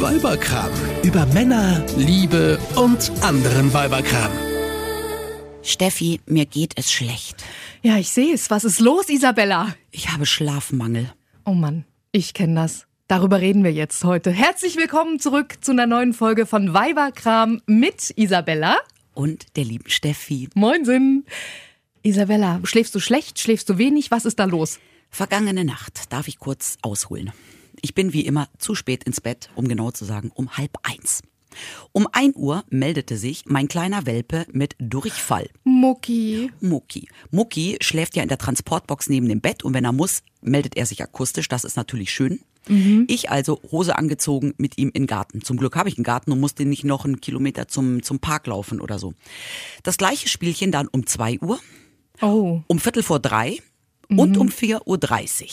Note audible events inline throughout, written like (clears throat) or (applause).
Weiberkram. Über Männer, Liebe und anderen Weiberkram. Steffi, mir geht es schlecht. Ja, ich sehe es. Was ist los, Isabella? Ich habe Schlafmangel. Oh Mann, ich kenne das. Darüber reden wir jetzt heute. Herzlich willkommen zurück zu einer neuen Folge von Weiberkram mit Isabella. Und der lieben Steffi. Moinsen. Isabella, schläfst du schlecht? Schläfst du wenig? Was ist da los? Vergangene Nacht darf ich kurz ausholen. Ich bin wie immer zu spät ins Bett, um genau zu sagen, um halb eins. Um ein Uhr meldete sich mein kleiner Welpe mit Durchfall. Mucki. Mucki. Mucki schläft ja in der Transportbox neben dem Bett und wenn er muss, meldet er sich akustisch. Das ist natürlich schön. Ich also Hose angezogen mit ihm in den Garten. Zum Glück habe ich einen Garten und musste nicht noch einen Kilometer zum, zum Park laufen oder so. Das gleiche Spielchen dann um zwei Uhr, Oh, um Viertel vor drei und um 4.30 Uhr.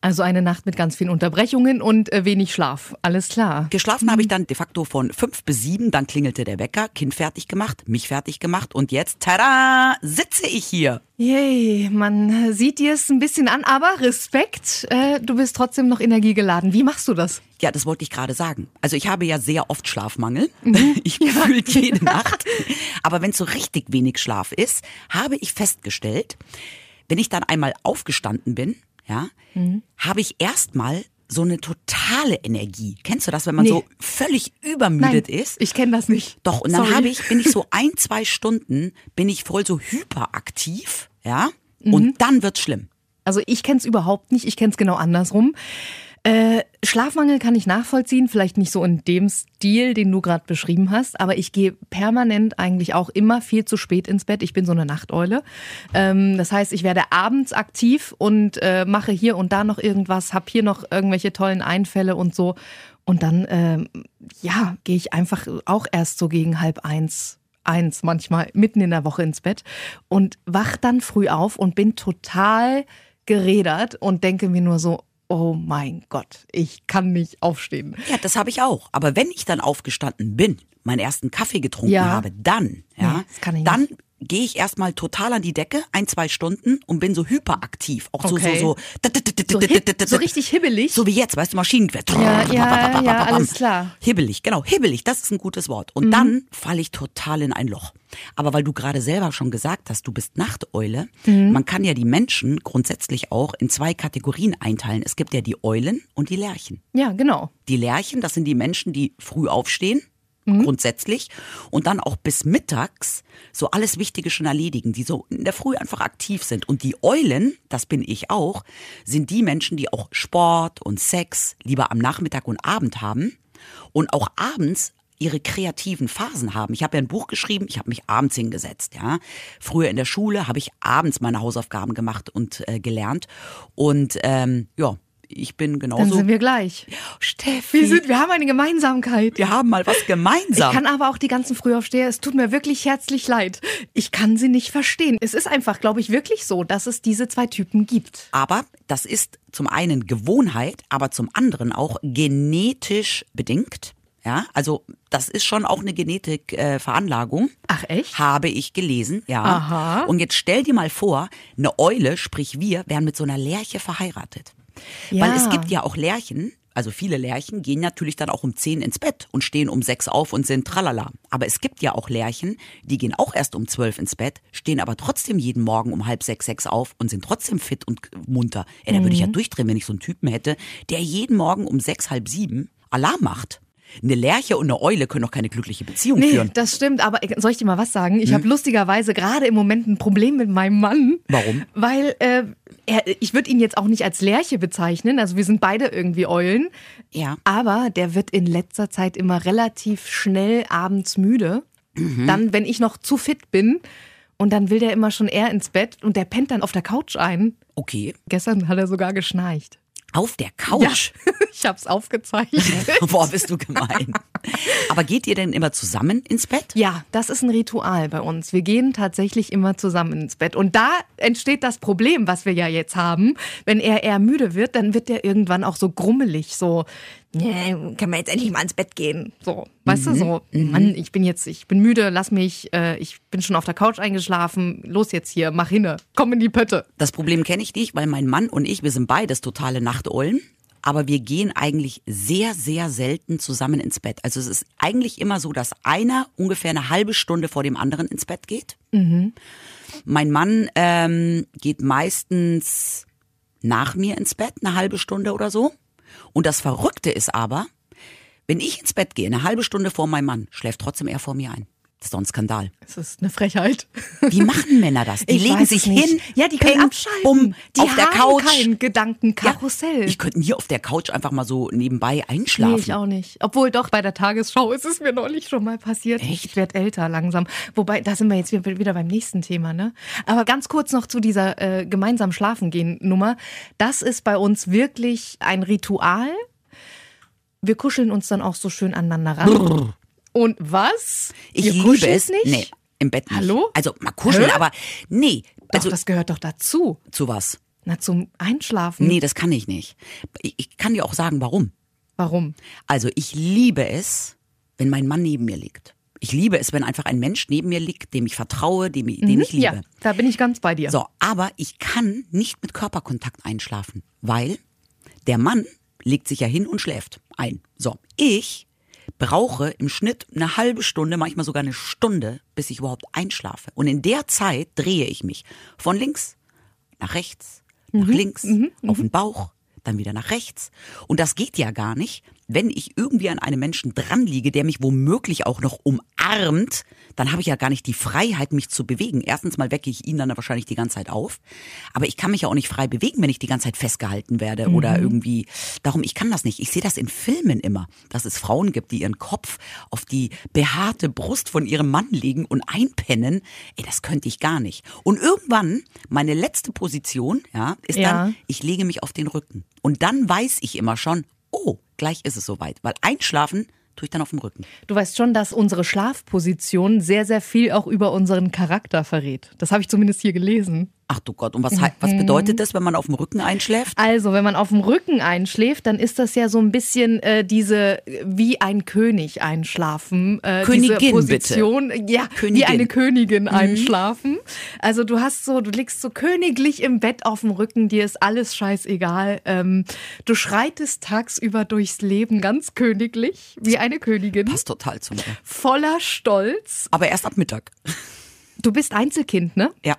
also eine Nacht mit ganz vielen Unterbrechungen und äh, wenig Schlaf. Alles klar. Geschlafen habe ich dann de facto von fünf bis sieben, dann klingelte der Wecker, Kind fertig gemacht, mich fertig gemacht und jetzt, tada, sitze ich hier. Yay, man sieht dir es ein bisschen an, aber Respekt, äh, du bist trotzdem noch energiegeladen. Wie machst du das? Ja, das wollte ich gerade sagen. Also ich habe ja sehr oft Schlafmangel. Mhm. (laughs) Ich gefühlt (laughs) jede Nacht. Aber wenn so richtig wenig Schlaf ist, habe ich festgestellt, wenn ich dann einmal aufgestanden bin, ja, Mhm. habe ich erstmal so eine totale Energie. Kennst du das, wenn man Nee. so völlig übermüdet ist? ich kenne das nicht. Doch, und dann Sorry. habe ich, bin (laughs) ich so ein, zwei Stunden, bin ich voll so hyperaktiv, ja, Mhm. und dann wird's schlimm. Also ich kenne es überhaupt nicht, ich kenne es genau andersrum. Äh, Schlafmangel kann ich nachvollziehen, vielleicht nicht so in dem Stil, den du gerade beschrieben hast, aber ich gehe permanent eigentlich auch immer viel zu spät ins Bett. Ich bin so eine Nachteule. Ähm, das heißt, ich werde abends aktiv und äh, mache hier und da noch irgendwas, habe hier noch irgendwelche tollen Einfälle und so. Und dann, ähm, ja, gehe ich einfach auch erst so gegen halb eins eins manchmal mitten in der Woche ins Bett und wach dann früh auf und bin total gerädert und denke mir nur so, oh mein Gott, ich kann nicht aufstehen. Ja, das habe ich auch. Aber wenn ich dann aufgestanden bin, meinen ersten Kaffee getrunken Ja. habe, dann, ja, Nee, das kann ich dann gehe ich erstmal total an die Decke, ein, zwei Stunden und bin so hyperaktiv. Auch so, Okay. so, so. So, hip, so richtig hibbelig. So wie jetzt, weißt du, Maschinengewehr. Ja, ja, ja, alles klar. Hibbelig, genau, hibbelig, das ist ein gutes Wort. Und dann falle ich total in ein Loch. Aber weil du gerade selber schon gesagt hast, du bist Nachteule, man kann ja die Menschen grundsätzlich auch in zwei Kategorien einteilen. Es gibt ja die Eulen und die Lerchen. ja, genau. Die Lerchen, das sind die Menschen, die früh aufstehen, Mhm. grundsätzlich, und dann auch bis mittags so alles Wichtige schon erledigen, die so in der Früh einfach aktiv sind. Und die Eulen, das bin ich auch, sind die Menschen, die auch Sport und Sex lieber am Nachmittag und Abend haben und auch abends ihre kreativen Phasen haben. Ich habe ja ein Buch geschrieben, ich habe mich abends hingesetzt, ja. Früher in der Schule habe ich abends meine Hausaufgaben gemacht und äh, gelernt. Und ähm, ja, ich bin genauso. Dann sind wir gleich. Steffi, Wir, sind, wir haben eine Gemeinsamkeit. wir haben mal was Ich gemeinsam. kann aber auch die ganzen Frühaufsteher, es tut mir wirklich herzlich leid. Ich kann sie nicht verstehen. Es ist einfach, glaube ich, wirklich so, dass es diese zwei Typen gibt. aber das ist zum einen Gewohnheit, aber zum anderen auch genetisch bedingt. Ja, also das ist schon auch eine Genetikveranlagung. Äh, Veranlagung. Ach echt? Habe ich gelesen, ja. Aha. Und jetzt stell dir mal vor, eine Eule, sprich wir, wären mit so einer Lerche verheiratet. Ja. Weil es gibt ja auch Lerchen, also viele Lerchen gehen natürlich dann auch um 10 ins Bett und stehen um 6 auf und sind tralala. Aber es gibt ja auch Lerchen, die gehen auch erst um 12 ins Bett, stehen aber trotzdem jeden Morgen um halb sechs, sechs auf und sind trotzdem fit und munter. Ey, da würde ich ja durchdrehen, wenn ich so einen Typen hätte, der jeden Morgen um sechs, halb sieben Alarm macht. Eine Lerche und eine Eule können doch keine glückliche Beziehung Nee, führen. Hm? das stimmt, aber soll ich dir mal was sagen? Ich habe lustigerweise gerade im Moment ein Problem mit meinem Mann. Warum? Weil äh, er, ich würde ihn jetzt auch nicht als Lerche bezeichnen, also wir sind beide irgendwie Eulen. Ja. Aber der wird in letzter Zeit immer relativ schnell abends müde. Mhm. Dann, wenn ich noch zu fit bin. Und dann will der immer schon eher ins Bett und der pennt dann auf der Couch ein. Okay. Gestern hat er sogar geschnarcht. Auf der Couch. (laughs) ich hab's aufgezeichnet. (laughs) Boah, bist du gemein. Aber geht ihr denn immer zusammen ins Bett? Ja, das ist ein Ritual bei uns. Wir gehen tatsächlich immer zusammen ins Bett. Und da entsteht das Problem, was wir ja jetzt haben. Wenn er eher müde wird, dann wird er irgendwann auch so grummelig, so, "Nee, kann man jetzt endlich mal ins Bett gehen? So, weißt Mhm, du, so, Mann, ich bin jetzt, ich bin müde, lass mich, äh, ich bin schon auf der Couch eingeschlafen, los jetzt hier, mach hinne, komm in die Pötte. Das Problem kenne ich nicht, weil mein Mann und ich, wir sind beides totale Nachteulen. aber wir gehen eigentlich sehr, sehr selten zusammen ins Bett. Also es ist eigentlich immer so, dass einer ungefähr eine halbe Stunde vor dem anderen ins Bett geht. Mein Mann ähm, geht meistens nach mir ins Bett, eine halbe Stunde oder so. Und das Verrückte ist aber, wenn ich ins Bett gehe, eine halbe Stunde vor meinem Mann, schläft trotzdem er vor mir ein. Das ist doch ein Skandal. Das ist eine Frechheit. Wie machen Männer das? Die (laughs) Ich legen weiß sich es nicht. hin, Ja, die können peng, abschalten. bumm, die auf der haben Couch. kein Ja, Gedankenkarussell. Ich könnte nie auf der Couch einfach mal so nebenbei einschlafen. Nee, ich auch nicht. Obwohl doch bei der Tagesschau ist es mir neulich schon mal passiert. Echt? Ich werde älter langsam. Wobei, da sind wir jetzt wieder wieder beim nächsten Thema, ne? Aber ganz kurz noch zu dieser äh, gemeinsam schlafen gehen Nummer. Das ist bei uns wirklich ein Ritual. Wir kuscheln uns dann auch so schön aneinander ran. Und was? Ich Ihr liebe kuschelt es. nicht? Nee, im Bett nicht. Hallo? Also mal kuscheln, Hä? aber nee, Doch, also das gehört doch dazu. zu was? Na, zum Einschlafen. Nee, das kann ich nicht. Ich, ich kann dir auch sagen, warum. Warum? Also ich liebe es, wenn mein Mann neben mir liegt. Ich liebe es, wenn einfach ein Mensch neben mir liegt, dem ich vertraue, dem, ich- den ich liebe. Mhm. Hm? Ja, da bin ich ganz bei dir. So, aber ich kann nicht mit Körperkontakt einschlafen, weil der Mann legt sich ja hin und schläft ein. So, ich brauche im Schnitt eine halbe Stunde, manchmal sogar eine Stunde, bis ich überhaupt einschlafe. Und in der Zeit drehe ich mich von links nach rechts, nach links, auf den Bauch, dann wieder nach rechts. Und das geht ja gar nicht, wenn ich irgendwie an einem Menschen dran liege, der mich womöglich auch noch umarmt, dann habe ich ja gar nicht die Freiheit, mich zu bewegen. Erstens mal wecke ich ihn dann wahrscheinlich die ganze Zeit auf, aber ich kann mich ja auch nicht frei bewegen, wenn ich die ganze Zeit festgehalten werde oder irgendwie. Darum, ich kann das nicht. Ich sehe das in Filmen immer, dass es Frauen gibt, die ihren Kopf auf die behaarte Brust von ihrem Mann legen und einpennen. Ey, das könnte ich gar nicht. Und irgendwann, meine letzte Position, ja, ist Ja. dann, ich lege mich auf den Rücken. Und dann weiß ich immer schon, oh, gleich ist es soweit. Weil einschlafen tue ich dann auf dem Rücken. Du weißt schon, dass unsere Schlafposition sehr, sehr viel auch über unseren Charakter verrät. Das habe ich zumindest hier gelesen. Ach du Gott, und was, hei- was bedeutet das, wenn man auf dem Rücken einschläft? Also, wenn man auf dem Rücken einschläft, dann ist das ja so ein bisschen äh, diese äh, wie ein König einschlafen. Äh, diese Königin, Position, ja, wie Königin. Mhm. eine Königin einschlafen. Also du hast so, du liegst so königlich im Bett auf dem Rücken, dir ist alles scheißegal. Ähm, du schreitest tagsüber durchs Leben ganz königlich, wie eine Königin, Passt total zu mir. voller Stolz. Aber erst ab Mittag. Du bist Einzelkind, ne? Ja.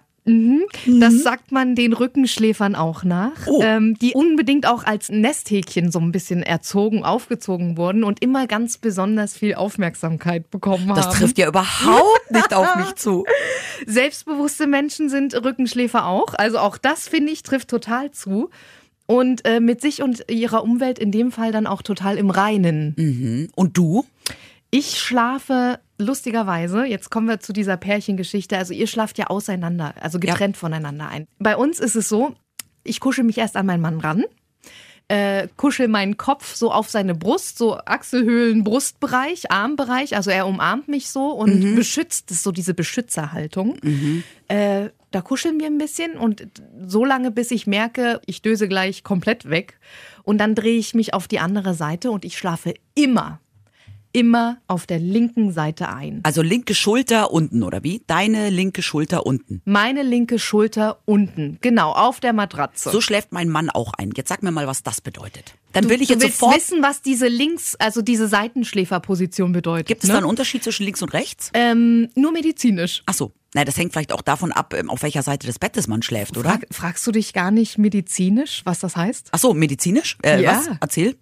Das sagt man den Rückenschläfern auch nach, Mhm. Oh. ähm, die unbedingt auch als Nesthäkchen so ein bisschen erzogen, aufgezogen wurden und immer ganz besonders viel Aufmerksamkeit bekommen haben. Das trifft ja überhaupt nicht auf mich zu. Selbstbewusste Menschen sind Rückenschläfer auch. Also auch das, finde ich, trifft total zu. Und äh, mit sich und ihrer Umwelt in dem Fall dann auch total im Reinen. Und du? Ich schlafe lustigerweise, jetzt kommen wir zu dieser Pärchengeschichte, also ihr schlaft ja auseinander, also getrennt voneinander ein. Bei uns ist es so, ich kuschel mich erst an meinen Mann ran, äh, kuschel meinen Kopf so auf seine Brust, so Achselhöhlen, Brustbereich, Armbereich, also er umarmt mich so und beschützt, das ist so diese Beschützerhaltung. Äh, da kuscheln wir ein bisschen und so lange, bis ich merke, ich döse gleich komplett weg. Und dann drehe ich mich auf die andere Seite und ich schlafe immer immer auf der linken Seite ein. Also linke Schulter unten, oder wie? Deine linke Schulter unten. Meine linke Schulter unten, genau, auf der Matratze. So schläft mein Mann auch ein. Jetzt sag mir mal, was das bedeutet. Dann will ich du jetzt willst sofort. wissen, was diese links, also diese Seitenschläferposition bedeutet. Gibt es ne? da einen Unterschied zwischen links und rechts? ähm, nur medizinisch. Ach so. Na, das hängt vielleicht auch davon ab, ähm, auf welcher Seite des Bettes man schläft, oder? Frag, fragst du dich gar nicht medizinisch, was das heißt? Ach so, medizinisch? Äh, Ja. Was? (laughs) Erzähl.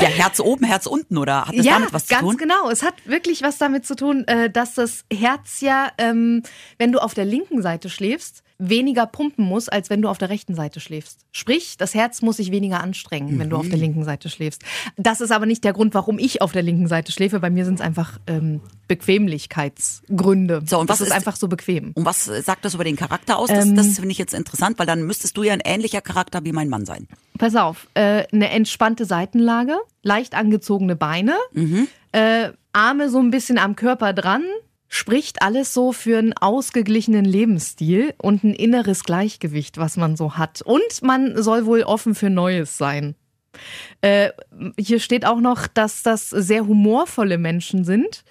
ja, Herz oben, Herz unten, oder hat das ja, damit was zu ganz tun? genau. Es hat wirklich was damit zu tun, äh, dass das Herz ja, ähm, wenn du auf der linken Seite schläfst, weniger pumpen muss, als wenn du auf der rechten Seite schläfst. Sprich, das Herz muss sich weniger anstrengen, wenn du auf der Mhm. linken Seite schläfst. Das ist aber nicht der Grund, warum ich auf der linken Seite schläfe. Bei mir sind es einfach ähm, Bequemlichkeitsgründe. So, und das was ist ist- einfach so bequem. Und was äh, sagt das über den Charakter aus? Das, Ähm. das finde ich jetzt interessant, weil dann müsstest du ja ein ähnlicher Charakter wie mein Mann sein. Pass auf, äh, eine entspannte Seitenlage, leicht angezogene Beine, äh, Arme so ein bisschen am Körper dran, spricht alles so für einen ausgeglichenen Lebensstil und ein inneres Gleichgewicht, was man so hat. Und man soll wohl offen für Neues sein. Äh, hier steht auch noch, dass das sehr humorvolle Menschen sind,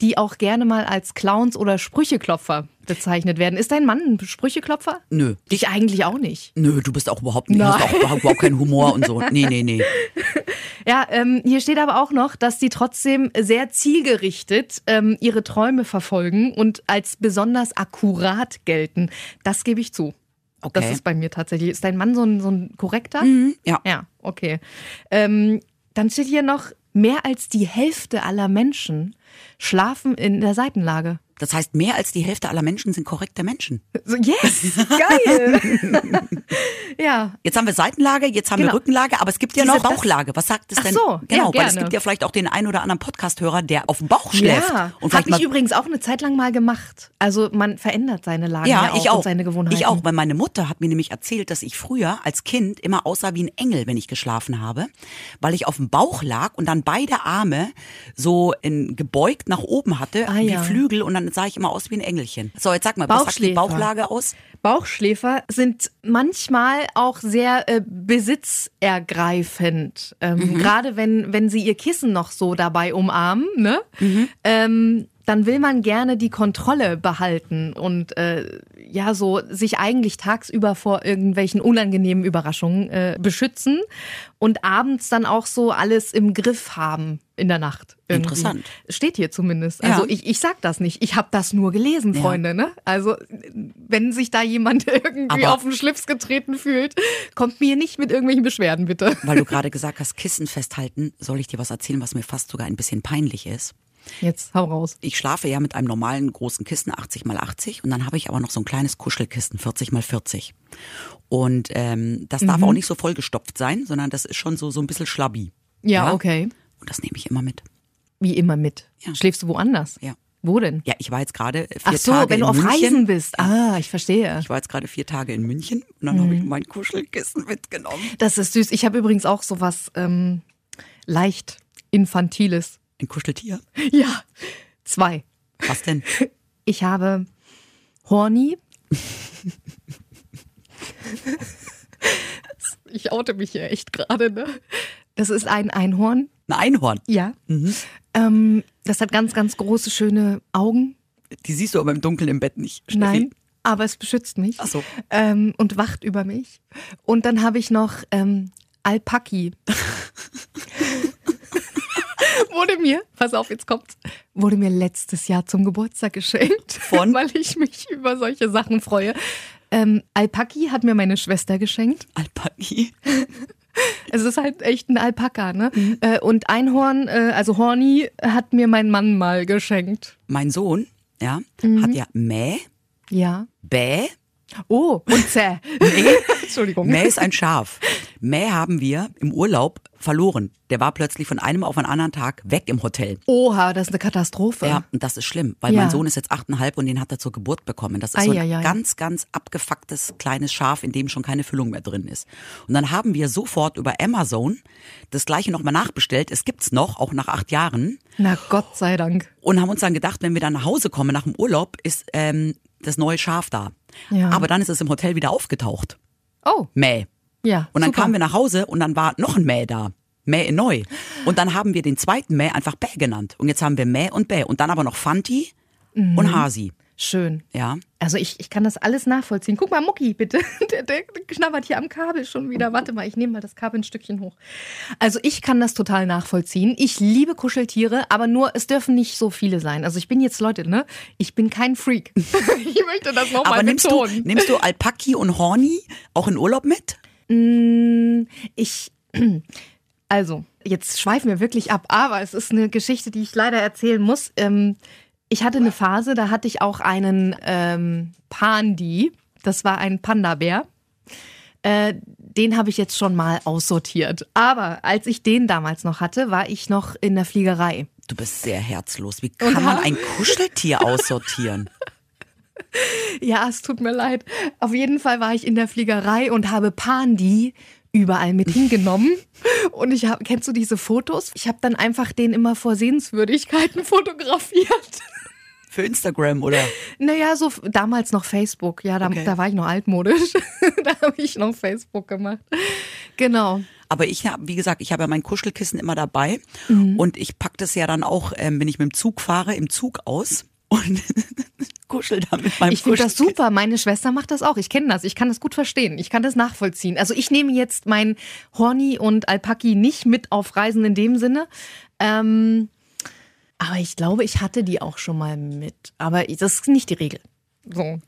die auch gerne mal als Clowns oder Sprücheklopfer bezeichnet werden. Ist dein Mann ein Sprücheklopfer? Nö. Dich eigentlich auch nicht. Nö, du bist auch überhaupt nicht, hast auch überhaupt überhaupt keinen Humor und so. Nee, nee, nee. Ja, ähm, hier steht aber auch noch, dass sie trotzdem sehr zielgerichtet ähm, ihre Träume verfolgen und als besonders akkurat gelten. Das gebe ich zu. Okay. (laughs) Mhm, Das ist bei mir tatsächlich. Ist dein Mann so ein, so ein korrekter? ja. Ja, okay. Ähm, dann steht hier noch, mehr als die Hälfte aller Menschen schlafen in der Seitenlage. Das heißt, mehr als die Hälfte aller Menschen sind korrekte Menschen. So, yes, (laughs) geil. ja, Jetzt haben wir Seitenlage, jetzt haben Genau. wir Rückenlage, aber es gibt ja Diese- noch das- Bauchlage. Was sagt es Ach denn? so, ja, genau, weil es gerne. gibt ja vielleicht auch den einen oder anderen Podcasthörer, der auf dem Bauch schläft. Ja, und vielleicht habe ich mal übrigens auch eine Zeit lang mal gemacht. Also man verändert seine Lage ja, auch, und seine Gewohnheiten. Ich auch, weil meine Mutter hat mir nämlich erzählt, dass ich früher als Kind immer aussah wie ein Engel, wenn ich geschlafen habe, weil ich auf dem Bauch lag und dann beide Arme so in, gebeugt nach oben hatte, Ah, wie ja. Flügel und dann sah ich immer aus wie ein Engelchen. So, jetzt sag mal, was sagt die Bauchschläfer. Bauchlage aus? Bauchschläfer sind manchmal auch sehr äh, besitzergreifend. Mhm. Ähm, Gerade wenn, wenn sie ihr Kissen noch so dabei umarmen, ne? Mhm. ähm, dann will man gerne die Kontrolle behalten und äh, ja, so sich eigentlich tagsüber vor irgendwelchen unangenehmen Überraschungen äh, beschützen und abends dann auch so alles im Griff haben in der Nacht. irgendwie. Interessant. Steht hier zumindest. Ja. Also ich, ich sag das nicht. Ich habe das nur gelesen, Ja. Freunde. Ne? Also wenn sich da jemand (laughs) irgendwie Aber- auf den Schlips getreten fühlt, kommt mir nicht mit irgendwelchen Beschwerden, bitte. Weil du (laughs) gerade gesagt hast, Kissen festhalten, soll ich dir was erzählen, was mir fast sogar ein bisschen peinlich ist? Jetzt hau raus. ich schlafe ja mit einem normalen großen Kissen 80 mal 80 und dann habe ich aber noch so ein kleines Kuschelkissen 40 mal 40 und ähm, das darf Mhm. auch nicht so vollgestopft sein, sondern das ist schon so so ein bisschen schlabbi. Ja, okay. Und das nehme ich immer mit. Wie immer mit. Ja. Schläfst du woanders? Ja. Wo denn? Ja, ich war jetzt gerade vier Ach so, Tage wenn in du auf München. Reisen bist. Ah, ich verstehe. Ich war jetzt gerade vier Tage in München und dann habe ich Mhm. mein Kuschelkissen mitgenommen. Das ist süß. Ich habe übrigens auch sowas ähm, leicht infantiles. Ein Kuscheltier. Ja, zwei. Was denn? Ich habe Horny. ich oute mich hier echt gerade, ne? Das ist ein Einhorn, Ein Einhorn. ja. Ähm, das hat ganz, ganz große, schöne Augen. Die siehst du aber im Dunkeln im Bett nicht. Steffi. Nein, aber es beschützt mich. Ach so. Ähm, und wacht über mich. Und dann habe ich noch ähm, Alpaki. (laughs) wurde mir, pass auf, jetzt kommt's, wurde mir letztes Jahr zum Geburtstag geschenkt. Von? (laughs) Weil ich mich über solche Sachen freue. Ähm, Alpaki hat mir meine Schwester geschenkt. Alpaki. Es ist halt echt ein Alpaka, ne? Äh, und Einhorn, äh, also Horny, hat mir mein Mann mal geschenkt. Mein Sohn, ja, Mhm. hat ja Mäh, Ja. Bäh Oh, und Zäh. (laughs) Entschuldigung. Mäh ist ein Schaf. Mäh haben wir im Urlaub verloren. Der war plötzlich von einem auf einen anderen Tag weg im Hotel. Oha, das ist eine Katastrophe. Ja, und das ist schlimm, weil Ja. mein Sohn ist jetzt achteinhalb und den hat er zur Geburt bekommen. Das ist so ein Eieiei. ganz, ganz abgefucktes kleines Schaf, in dem schon keine Füllung mehr drin ist. Und dann haben wir sofort über Amazon das gleiche nochmal nachbestellt. Es gibt's noch, auch nach acht Jahren. Na Gott sei Dank. und haben uns dann gedacht, wenn wir dann nach Hause kommen nach dem Urlaub, ist ähm, das neue Schaf da. Ja. Aber dann ist es im Hotel wieder aufgetaucht. Oh, Mäh. ja. Und dann super. kamen wir nach Hause und dann war noch ein Mäh da. Mäh in neu. Und dann haben wir den zweiten Mäh einfach Bäh genannt. Und jetzt haben wir Mäh und Bäh. Und dann aber noch Fanti Mhm. und Hasi. Schön. Ja. Also ich, ich kann das alles nachvollziehen. Guck mal, Mucki, bitte. (laughs) Der, der knabbert hier am Kabel schon wieder. Warte mal, ich nehme mal das Kabel ein Stückchen hoch. Also ich kann das total nachvollziehen. Ich liebe Kuscheltiere, aber nur, es dürfen nicht so viele sein. Also ich bin jetzt, Leute, ne? Ich bin kein Freak. (laughs) ich möchte das Aber nochmal nimmst du, betonen. nimmst du Alpaki und Horny auch in Urlaub mit? Ich, (clears throat) also, jetzt schweifen wir wirklich ab, aber es ist eine Geschichte, die ich leider erzählen muss. Ähm, ich hatte eine Phase, da hatte ich auch einen ähm, Pandi, das war ein Panda-Bär. Äh, den habe ich jetzt schon mal aussortiert. Aber als ich den damals noch hatte, war ich noch in der Fliegerei. Du bist sehr herzlos. Wie kann man ein (laughs) Kuscheltier aussortieren? Ja, es tut mir leid. Auf jeden Fall war ich in der Fliegerei und habe Pandi überall mit hingenommen. Und ich habe, kennst du diese Fotos? Ich habe dann einfach den immer vor Sehenswürdigkeiten (laughs) fotografiert. Für Instagram oder? Naja, so f- damals noch Facebook. Ja, da, Okay. (laughs) da war ich noch altmodisch. da habe ich noch Facebook gemacht. Genau. Aber ich habe, wie gesagt, ich habe ja mein Kuschelkissen immer dabei Mhm. und ich pack das ja dann auch, ähm, wenn ich mit dem Zug fahre, im Zug aus und (laughs) kuschel da mit meinem Ich finde das Kuschelkissen. super. Meine Schwester macht das auch. Ich kenne das. Ich kann das gut verstehen. Ich kann das nachvollziehen. Also ich nehme jetzt mein Horny und Alpaki nicht mit auf Reisen in dem Sinne. Ähm, aber ich glaube, ich hatte die auch schon mal mit. Aber ich- das ist nicht die Regel. So.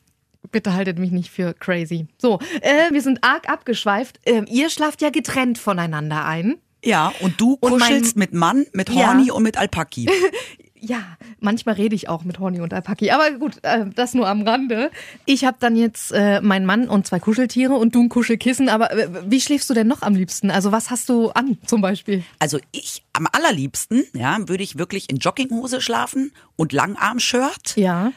Bitte haltet mich nicht für crazy. So, äh, wir sind arg abgeschweift. Ähm, ihr schlaft ja getrennt voneinander ein. Ja, und du Und mein- kuschelst mit Mann, mit Ja. Horny und mit Alpaki. Ja, manchmal rede ich auch mit Horny und Alpaki, aber gut, äh, das nur am Rande. Ich habe dann jetzt äh, meinen Mann und zwei Kuscheltiere und du ein Kuschelkissen, aber äh, wie schläfst du denn noch am liebsten? Also was hast du an zum Beispiel? Also ich am allerliebsten, ja, würde ich wirklich in Jogginghose schlafen und Langarmshirt. Ja.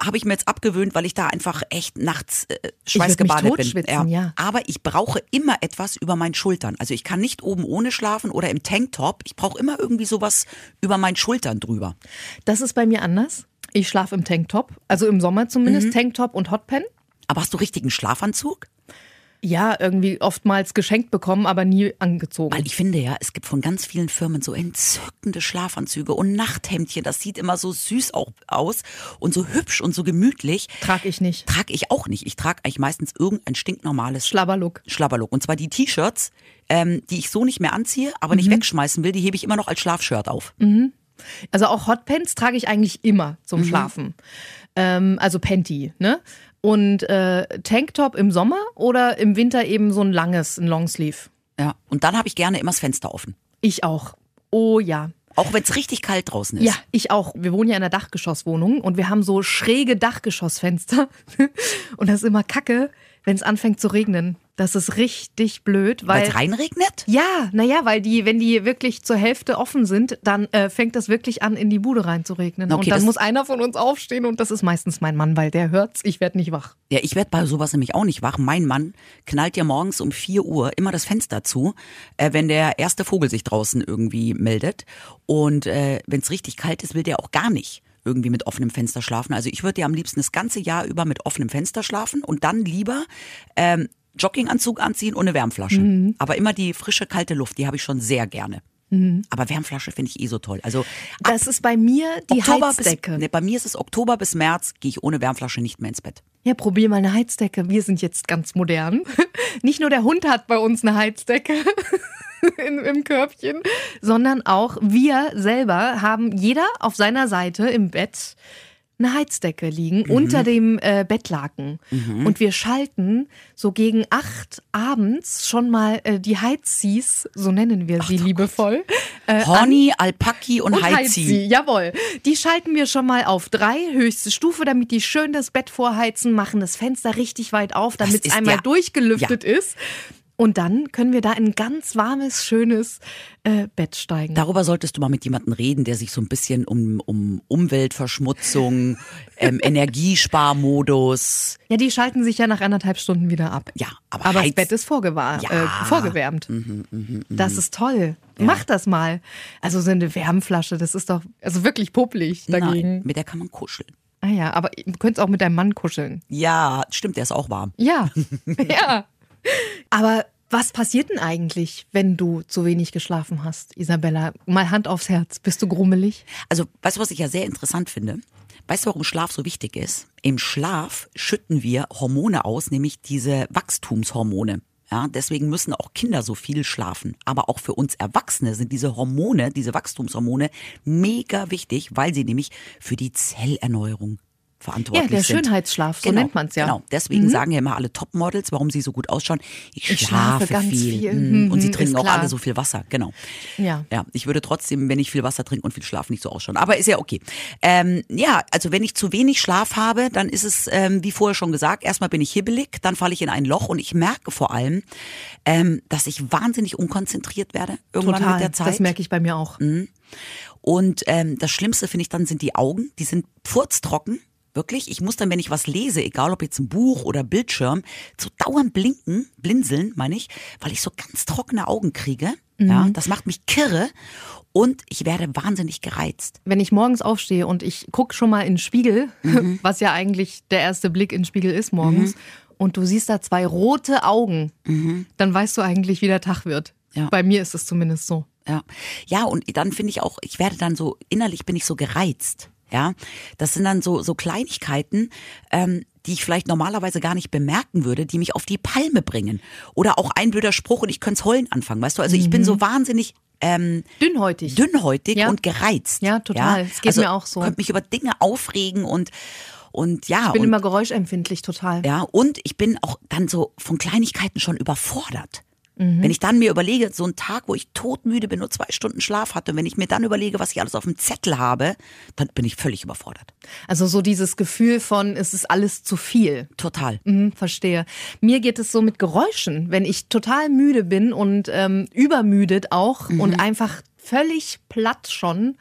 habe ich mir jetzt abgewöhnt, weil ich da einfach echt nachts äh, würd mich schweißgebadet bin. totschwitzen, ja. Aber ich brauche immer etwas über meinen Schultern. Also ich kann nicht oben ohne schlafen oder im Tanktop. Ich brauche immer irgendwie sowas über meinen Schultern drüber. Das ist bei mir anders. Ich schlafe im Tanktop, also im Sommer zumindest, Tanktop und Hotpen. Aber hast du richtigen Schlafanzug? Ja, irgendwie oftmals geschenkt bekommen, aber nie angezogen. Weil ich finde ja, es gibt von ganz vielen Firmen so entzückende Schlafanzüge und Nachthemdchen. Das sieht immer so süß auch aus und so hübsch und so gemütlich. Trag ich nicht. Trag ich auch nicht. Ich trage eigentlich meistens irgendein stinknormales Schlabberlook. Schlabberlook. Und zwar die T-Shirts, ähm, die ich so nicht mehr anziehe, aber Mhm. nicht wegschmeißen will, die hebe ich immer noch als Schlafshirt auf. Also auch Hotpants trage ich eigentlich immer zum Schlafen. Ähm, also Panty, ne? Und äh, Tanktop im Sommer oder im Winter eben so ein langes, ein Longsleeve. Ja. Und dann habe ich gerne immer das Fenster offen. Ich auch. Oh ja. Auch wenn es richtig kalt draußen ist. Ja, ich auch. Wir wohnen ja in einer Dachgeschosswohnung und wir haben so schräge Dachgeschossfenster. (laughs) und das ist immer kacke, wenn es anfängt zu regnen. Das ist richtig blöd, Weil weil. es reinregnet? Ja, naja, weil die, wenn die wirklich zur Hälfte offen sind, dann äh, fängt das wirklich an, in die Bude reinzuregnen. Okay, und dann das- muss einer von uns aufstehen und das ist meistens mein Mann, weil der hört's, ich werd nicht wach. Ja, ich werde bei sowas nämlich auch nicht wach. Mein Mann knallt ja morgens um 4 Uhr immer das Fenster zu, äh, wenn der erste Vogel sich draußen irgendwie meldet. Und äh, wenn es richtig kalt ist, will der auch gar nicht irgendwie mit offenem Fenster schlafen. Also ich würde ja am liebsten das ganze Jahr über mit offenem Fenster schlafen und dann lieber ähm, Jogginganzug anziehen und eine Wärmflasche. Mhm. Aber immer die frische, kalte Luft, die habe ich schon sehr gerne. Mhm. Aber Wärmflasche finde ich eh so toll. Also ab Das ist bei mir die Oktober Heizdecke. bis nee, bei mir ist es Oktober bis März gehe ich ohne Wärmflasche nicht mehr ins Bett. Ja, probier mal eine Heizdecke. Wir sind jetzt ganz modern. (laughs) Nicht nur der Hund hat bei uns eine Heizdecke (laughs) in, im Körbchen, sondern auch wir selber haben jeder auf seiner Seite im Bett eine Heizdecke liegen unter dem äh, Bettlaken. Und wir schalten so gegen acht abends schon mal äh, die Heizis, so nennen wir sie liebevoll, äh, Horny, Alpaki und, und Heizi. Heizi, jawohl. Die schalten wir schon mal auf drei, höchste Stufe, damit die schön das Bett vorheizen, machen das Fenster richtig weit auf, damit es ist einmal ja- durchgelüftet ist. Und dann können wir da in ein ganz warmes, schönes äh, Bett steigen. Darüber solltest du mal mit jemandem reden, der sich so ein bisschen um, um Umweltverschmutzung, ähm, Energiesparmodus. ja, die schalten sich ja nach anderthalb Stunden wieder ab. Ja, aber, Aber Heiz, das Bett ist vorgewa- Ja. Mhm, äh, vorgewärmt. das ist toll. Mach das mal. Also so eine Wärmflasche, das ist doch also wirklich popelig nein, dagegen. mit der kann man kuscheln. Ah ja, aber du könntest auch mit deinem Mann kuscheln. Ja, stimmt, der ist auch warm. (laughs) Ja, ja. Aber was passiert denn eigentlich, wenn du zu wenig geschlafen hast, Isabella? Mal Hand aufs Herz. Bist du grummelig? Also, weißt du, was ich ja sehr interessant finde? Weißt du, warum Schlaf so wichtig ist? Im Schlaf schütten wir Hormone aus, nämlich diese Wachstumshormone. Ja, deswegen müssen auch Kinder so viel schlafen. Aber auch für uns Erwachsene sind diese Hormone, diese Wachstumshormone, mega wichtig, weil sie nämlich für die Zellerneuerung verantwortlich Ja, der sind. Schönheitsschlaf, so genau, nennt man's ja. Mhm. Genau, deswegen sagen ja immer alle Topmodels, warum sie so gut ausschauen. Ich, Ich schlafe ganz viel. Mhm. Und sie Mhm, trinken ist auch klar. alle so viel Wasser. Genau. Ja. Ja, ich würde trotzdem, wenn ich viel Wasser trinke und viel Schlaf, nicht so ausschauen. Aber ist ja okay. Ähm, ja, also wenn ich zu wenig Schlaf habe, dann ist es, ähm, wie vorher schon gesagt, erstmal bin ich hibbelig, dann falle ich in ein Loch und ich merke vor allem, ähm, dass ich wahnsinnig unkonzentriert werde irgendwann mit der Zeit. Mhm. Das merke ich bei mir auch. Und ähm, das Schlimmste finde ich dann sind die Augen. Die sind furztrocken. Wirklich, ich muss dann, wenn ich was lese, egal ob jetzt ein Buch oder Bildschirm, so dauernd blinken, blinzeln, meine ich, weil ich so ganz trockene Augen kriege. Ja, das macht mich kirre und ich werde wahnsinnig gereizt. Wenn ich morgens aufstehe und ich gucke schon mal in den Spiegel, Mhm. (laughs) was ja eigentlich der erste Blick in den Spiegel ist morgens, und du siehst da zwei rote Augen, dann weißt du eigentlich, wie der Tag wird. Mhm. Ja. Bei mir ist es zumindest so. Ja, ja und dann finde ich auch, ich werde dann so, innerlich bin ich so gereizt. Ja, das sind dann so, so Kleinigkeiten, ähm, die ich vielleicht normalerweise gar nicht bemerken würde, die mich auf die Palme bringen. Oder auch ein blöder Spruch und ich könnte heulen anfangen, weißt du? Also ich bin so wahnsinnig ähm, Dünnhäutig. dünnhäutig Mhm. Ja. und gereizt. Ja, total. Es geht mir auch so. Könnte mich über Dinge aufregen und, und ja. ich bin und, immer geräuschempfindlich total. ja, und ich bin auch dann so von Kleinigkeiten schon überfordert. Wenn ich dann mir überlege, so ein Tag, wo ich todmüde bin, nur zwei Stunden Schlaf hatte, und wenn ich mir dann überlege, was ich alles auf dem Zettel habe, dann bin ich völlig überfordert. Also so dieses Gefühl von, es ist alles zu viel. Total. Mhm, verstehe. Mir geht es so mit Geräuschen, wenn ich total müde bin und ähm, übermüdet auch Mhm. und einfach völlig platt schon,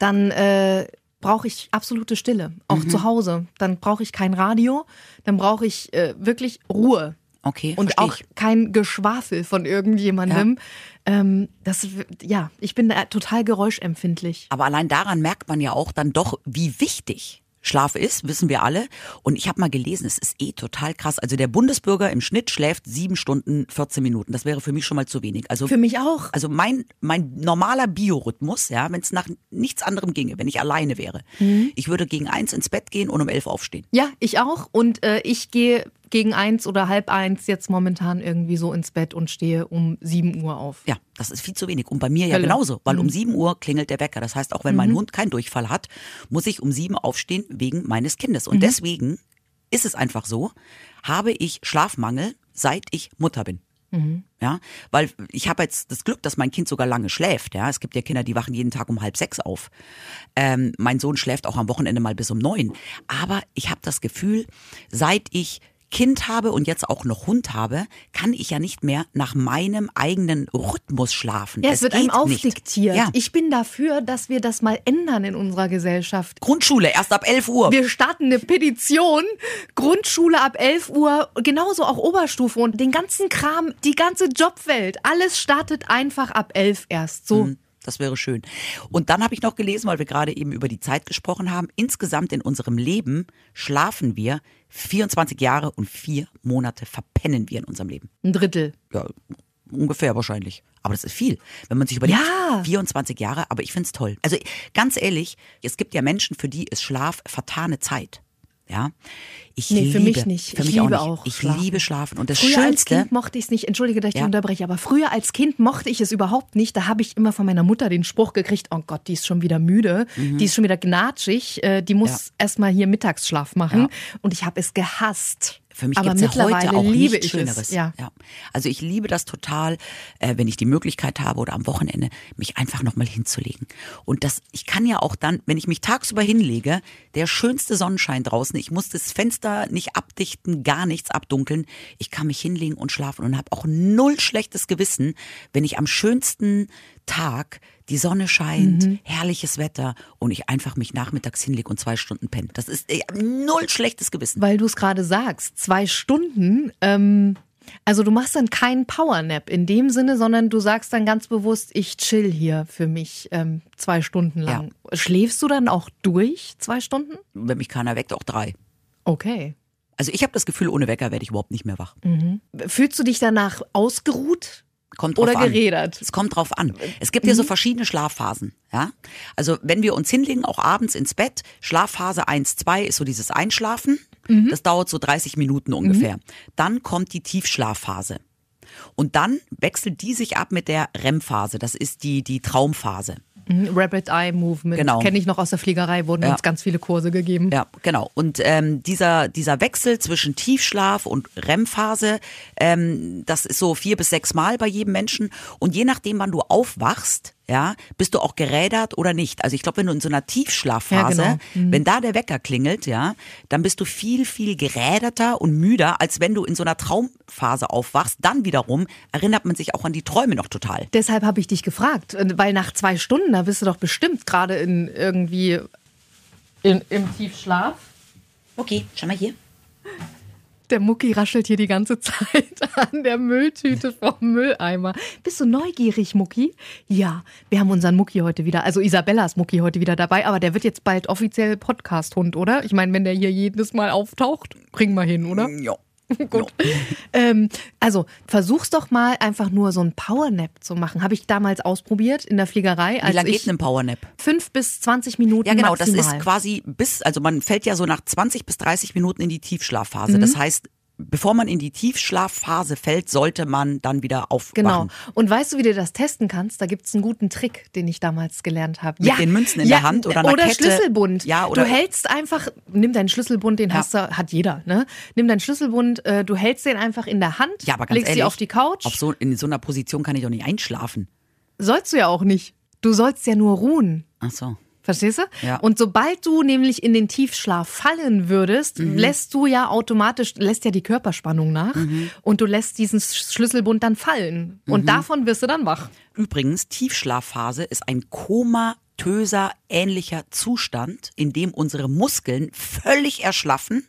dann äh, brauche ich absolute Stille, auch Mhm. zu Hause. Dann brauche ich kein Radio, dann brauche ich äh, wirklich Ruhe. Okay, Und versteh auch ich. kein Geschwafel von irgendjemandem. Ähm, das, ja, ich bin da total geräuschempfindlich. Aber allein daran merkt man ja auch dann doch, wie wichtig Schlaf ist, wissen wir alle. Und ich habe mal gelesen, es ist eh total krass. Also der Bundesbürger im Schnitt schläft sieben Stunden 14 Minuten. Das wäre für mich schon mal zu wenig. Also Für mich auch. Also mein, mein normaler Biorhythmus, ja, wenn es nach nichts anderem ginge, wenn ich alleine wäre, ich würde gegen eins ins Bett gehen und um elf aufstehen. Ja, ich auch. Und äh, ich gehe gegen eins oder halb eins jetzt momentan irgendwie so ins Bett und stehe um sieben Uhr auf. Ja, das ist viel zu wenig. Und bei mir ja Hölle. genauso, weil um sieben Uhr klingelt der Wecker. Das heißt, auch wenn mein Hund keinen Durchfall hat, muss ich um sieben aufstehen wegen meines Kindes. Und deswegen ist es einfach so, habe ich Schlafmangel, seit ich Mutter bin. Mhm. Ja, weil ich habe jetzt das Glück, dass mein Kind sogar lange schläft. Ja, es gibt ja Kinder, die wachen jeden Tag um halb sechs auf. Ähm, mein Sohn schläft auch am Wochenende mal bis um neun. Aber ich habe das Gefühl, seit ich Kind habe und jetzt auch noch Hund habe, kann ich ja nicht mehr nach meinem eigenen Rhythmus schlafen. Ja, es, wird einem geht nicht. aufdiktiert. Ja. Ich bin dafür, dass wir das mal ändern in unserer Gesellschaft. Grundschule erst ab 11 Uhr. Wir starten eine Petition, Grundschule ab 11 Uhr, genauso auch Oberstufe und den ganzen Kram, die ganze Jobwelt, alles startet einfach ab 11 erst. So, Das wäre schön. Und dann habe ich noch gelesen, weil wir gerade eben über die Zeit gesprochen haben, insgesamt in unserem Leben schlafen wir 24 Jahre und vier Monate verpennen wir in unserem Leben. ein Drittel. Ja, ungefähr wahrscheinlich. Aber das ist viel, wenn man sich überlegt. Ja. 24 Jahre, aber ich find's toll. Also ganz ehrlich, es gibt ja Menschen, für die ist Schlaf vertane Zeit. Ja, ich Nee, liebe, für mich nicht. Für Ich mich liebe auch, nicht. auch Ich Schlafen. liebe Schlafen und das Früher als Schönste. Kind mochte ich es nicht. Entschuldige, dass ich Ja. unterbreche, aber früher als Kind mochte ich es überhaupt nicht. Da habe ich immer von meiner Mutter den Spruch gekriegt: Oh Gott, die ist schon wieder müde, Mhm. die ist schon wieder gnatschig, äh, die muss erst erstmal hier Mittagsschlaf machen. Und ich habe es gehasst. Für mich aber gibt's ja mittlerweile heute auch liebe nichts ich Schöneres. Es. Ja. Also ich liebe das total, äh, wenn ich die Möglichkeit habe oder am Wochenende, mich einfach nochmal hinzulegen. Und das, ich kann ja auch dann, wenn ich mich tagsüber hinlege, der schönste Sonnenschein draußen, ich muss das Fenster nicht abdichten, gar nichts abdunkeln. Ich kann mich hinlegen und schlafen und habe auch null schlechtes Gewissen, wenn ich am schönsten Tag die Sonne scheint, Mhm. herrliches Wetter und ich einfach mich nachmittags hinlege und zwei Stunden penne. Das ist äh, null schlechtes Gewissen. Weil du es gerade sagst, zwei Stunden. Ähm, also du machst dann keinen Powernap in dem Sinne, sondern du sagst dann ganz bewusst, ich chill hier für mich ähm, zwei Stunden lang. Schläfst du dann auch durch zwei Stunden? Wenn mich keiner weckt, auch drei. Okay. Also ich habe das Gefühl, ohne Wecker werde ich überhaupt nicht mehr wach. Fühlst du dich danach ausgeruht Kommt drauf oder an. gerädert? Es kommt drauf an. Es gibt ja so verschiedene Schlafphasen. Ja? Also wenn wir uns hinlegen, auch abends ins Bett, Schlafphase 1, 2 ist so dieses Einschlafen. Das dauert so 30 Minuten ungefähr. Dann kommt die Tiefschlafphase. Und dann wechselt die sich ab mit der REM-Phase. Das ist die, die Traumphase. Mhm, Rapid Eye Movement. Genau. Kenne ich noch aus der Fliegerei, wurden Ja. uns ganz viele Kurse gegeben. Ja, genau. Und ähm, dieser, dieser Wechsel zwischen Tiefschlaf und REM-Phase, ähm, das ist so vier bis sechs Mal bei jedem Menschen. Und je nachdem, wann du aufwachst, ja, bist du auch gerädert oder nicht. Also ich glaube, wenn du in so einer Tiefschlafphase, Ja, genau. Mhm. wenn da der Wecker klingelt, ja, dann bist du viel, viel geräderter und müder, als wenn du in so einer Traumphase aufwachst. Dann wiederum erinnert man sich auch an die Träume noch total. Deshalb habe ich dich gefragt, äh, weil nach zwei Stunden, da bist du doch bestimmt gerade in irgendwie in, im Tiefschlaf. Okay, schau mal hier. Der Mucki raschelt hier die ganze (laughs) Zeit an der Mülltüte vom Mülleimer. Bist du neugierig, Mucki? Ja, wir haben unseren Mucki heute wieder, also Isabellas Mucki heute wieder dabei, aber der wird jetzt bald offiziell Podcast-Hund, oder? Ich meine, wenn der hier jedes Mal auftaucht, bring mal hin, oder? Ja. (laughs) Gut. Ähm, also versuch's doch mal einfach nur so ein Powernap zu machen. Habe ich damals ausprobiert in der Fliegerei. Wie als lange Also ich geht ein Powernap? Fünf bis 20 Minuten Ja, genau, maximal. das ist quasi bis, also man fällt ja so nach 20 bis 30 Minuten in die Tiefschlafphase. Mhm. Das heißt, bevor man in die Tiefschlafphase fällt, sollte man dann wieder aufwachen. Genau. Und weißt du, wie du das testen kannst? Da gibt's einen guten Trick, den ich damals gelernt habe. Mit den Münzen in der Hand oder einer Oder Kette. Schlüsselbund. Ja, oder- du hältst einfach, nimm deinen Schlüsselbund, den hast du, hat jeder, ne? Nimm deinen Schlüsselbund, äh, du hältst den einfach in der Hand, Ja, aber ganz legst ehrlich, sie auf die Couch. Auf so, in so einer Position kann ich doch nicht einschlafen. Sollst du ja auch nicht. Du sollst ja nur ruhen. Ach so. Verstehst du? Ja. Und sobald du nämlich in den Tiefschlaf fallen würdest, lässt du ja automatisch, lässt ja die Körperspannung nach und du lässt diesen Sch- Schlüsselbund dann fallen. Und davon wirst du dann wach. Übrigens, Tiefschlafphase ist ein komatöser ähnlicher Zustand, in dem unsere Muskeln völlig erschlaffen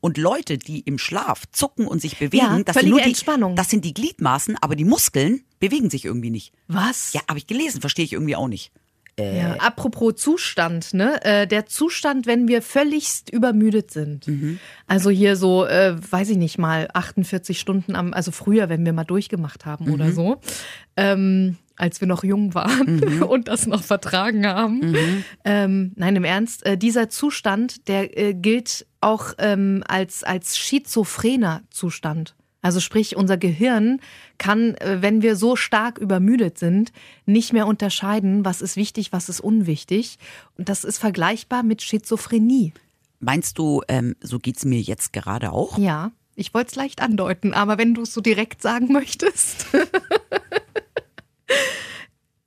und Leute, die im Schlaf zucken und sich bewegen, Ja, das, sind völlige nur die, Entspannung. das sind die Gliedmaßen, aber die Muskeln bewegen sich irgendwie nicht. Was? Ja, habe ich gelesen, verstehe ich irgendwie auch nicht. Ja. Apropos Zustand, ne? Äh, der Zustand, wenn wir völligst übermüdet sind. Also hier so, äh, weiß ich nicht mal, 48 Stunden am, also früher, wenn wir mal durchgemacht haben oder so, ähm, als wir noch jung waren (laughs) und das noch vertragen haben. Ähm, nein, im Ernst, äh, dieser Zustand, der äh, gilt auch ähm, als, als schizophrener Zustand. Also sprich, unser Gehirn kann, äh, wenn wir so stark übermüdet sind, nicht mehr unterscheiden, was ist wichtig, was ist unwichtig. Und das ist vergleichbar mit Schizophrenie. Meinst du, ähm, so geht's mir jetzt gerade auch? Ja, ich wollte es leicht andeuten, aber wenn du es so direkt sagen möchtest. (laughs)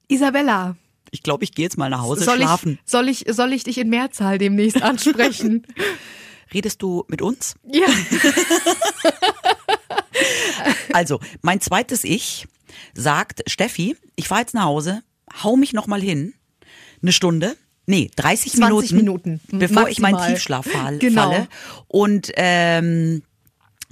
Isabella, Ich glaube, ich gehe jetzt mal nach Hause soll schlafen. ich, soll, ich, soll ich dich in Mehrzahl (laughs) demnächst ansprechen? Redest du mit uns? ja. Also, mein zweites Ich sagt, Steffi, ich fahr jetzt nach Hause, hau mich nochmal hin, eine Stunde, nee, 30 20 Minuten, Minuten, Mhm. bevor ich meinen maximal. Tiefschlaf fall, (laughs) Genau. falle. Und ähm,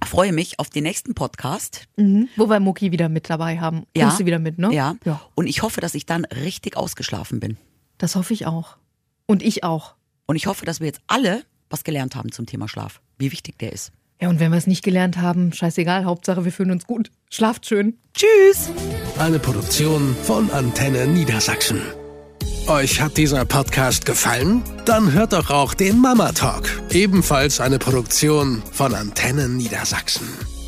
freue mich auf den nächsten Podcast. Mhm. Wo wir Mucki wieder mit dabei haben. Ja. Kommst du wieder mit, ne? Ja. Und ich hoffe, dass ich dann richtig ausgeschlafen bin. Das hoffe ich auch. Und ich auch. Und ich hoffe, dass wir jetzt alle was gelernt haben zum Thema Schlaf, wie wichtig der ist. Ja, und wenn wir es nicht gelernt haben, scheißegal, Hauptsache wir fühlen uns gut. Schlaft schön. Tschüss! Eine Produktion von Antenne Niedersachsen. Euch hat dieser Podcast gefallen? Dann hört doch auch den Mama Talk, ebenfalls eine Produktion von Antenne Niedersachsen.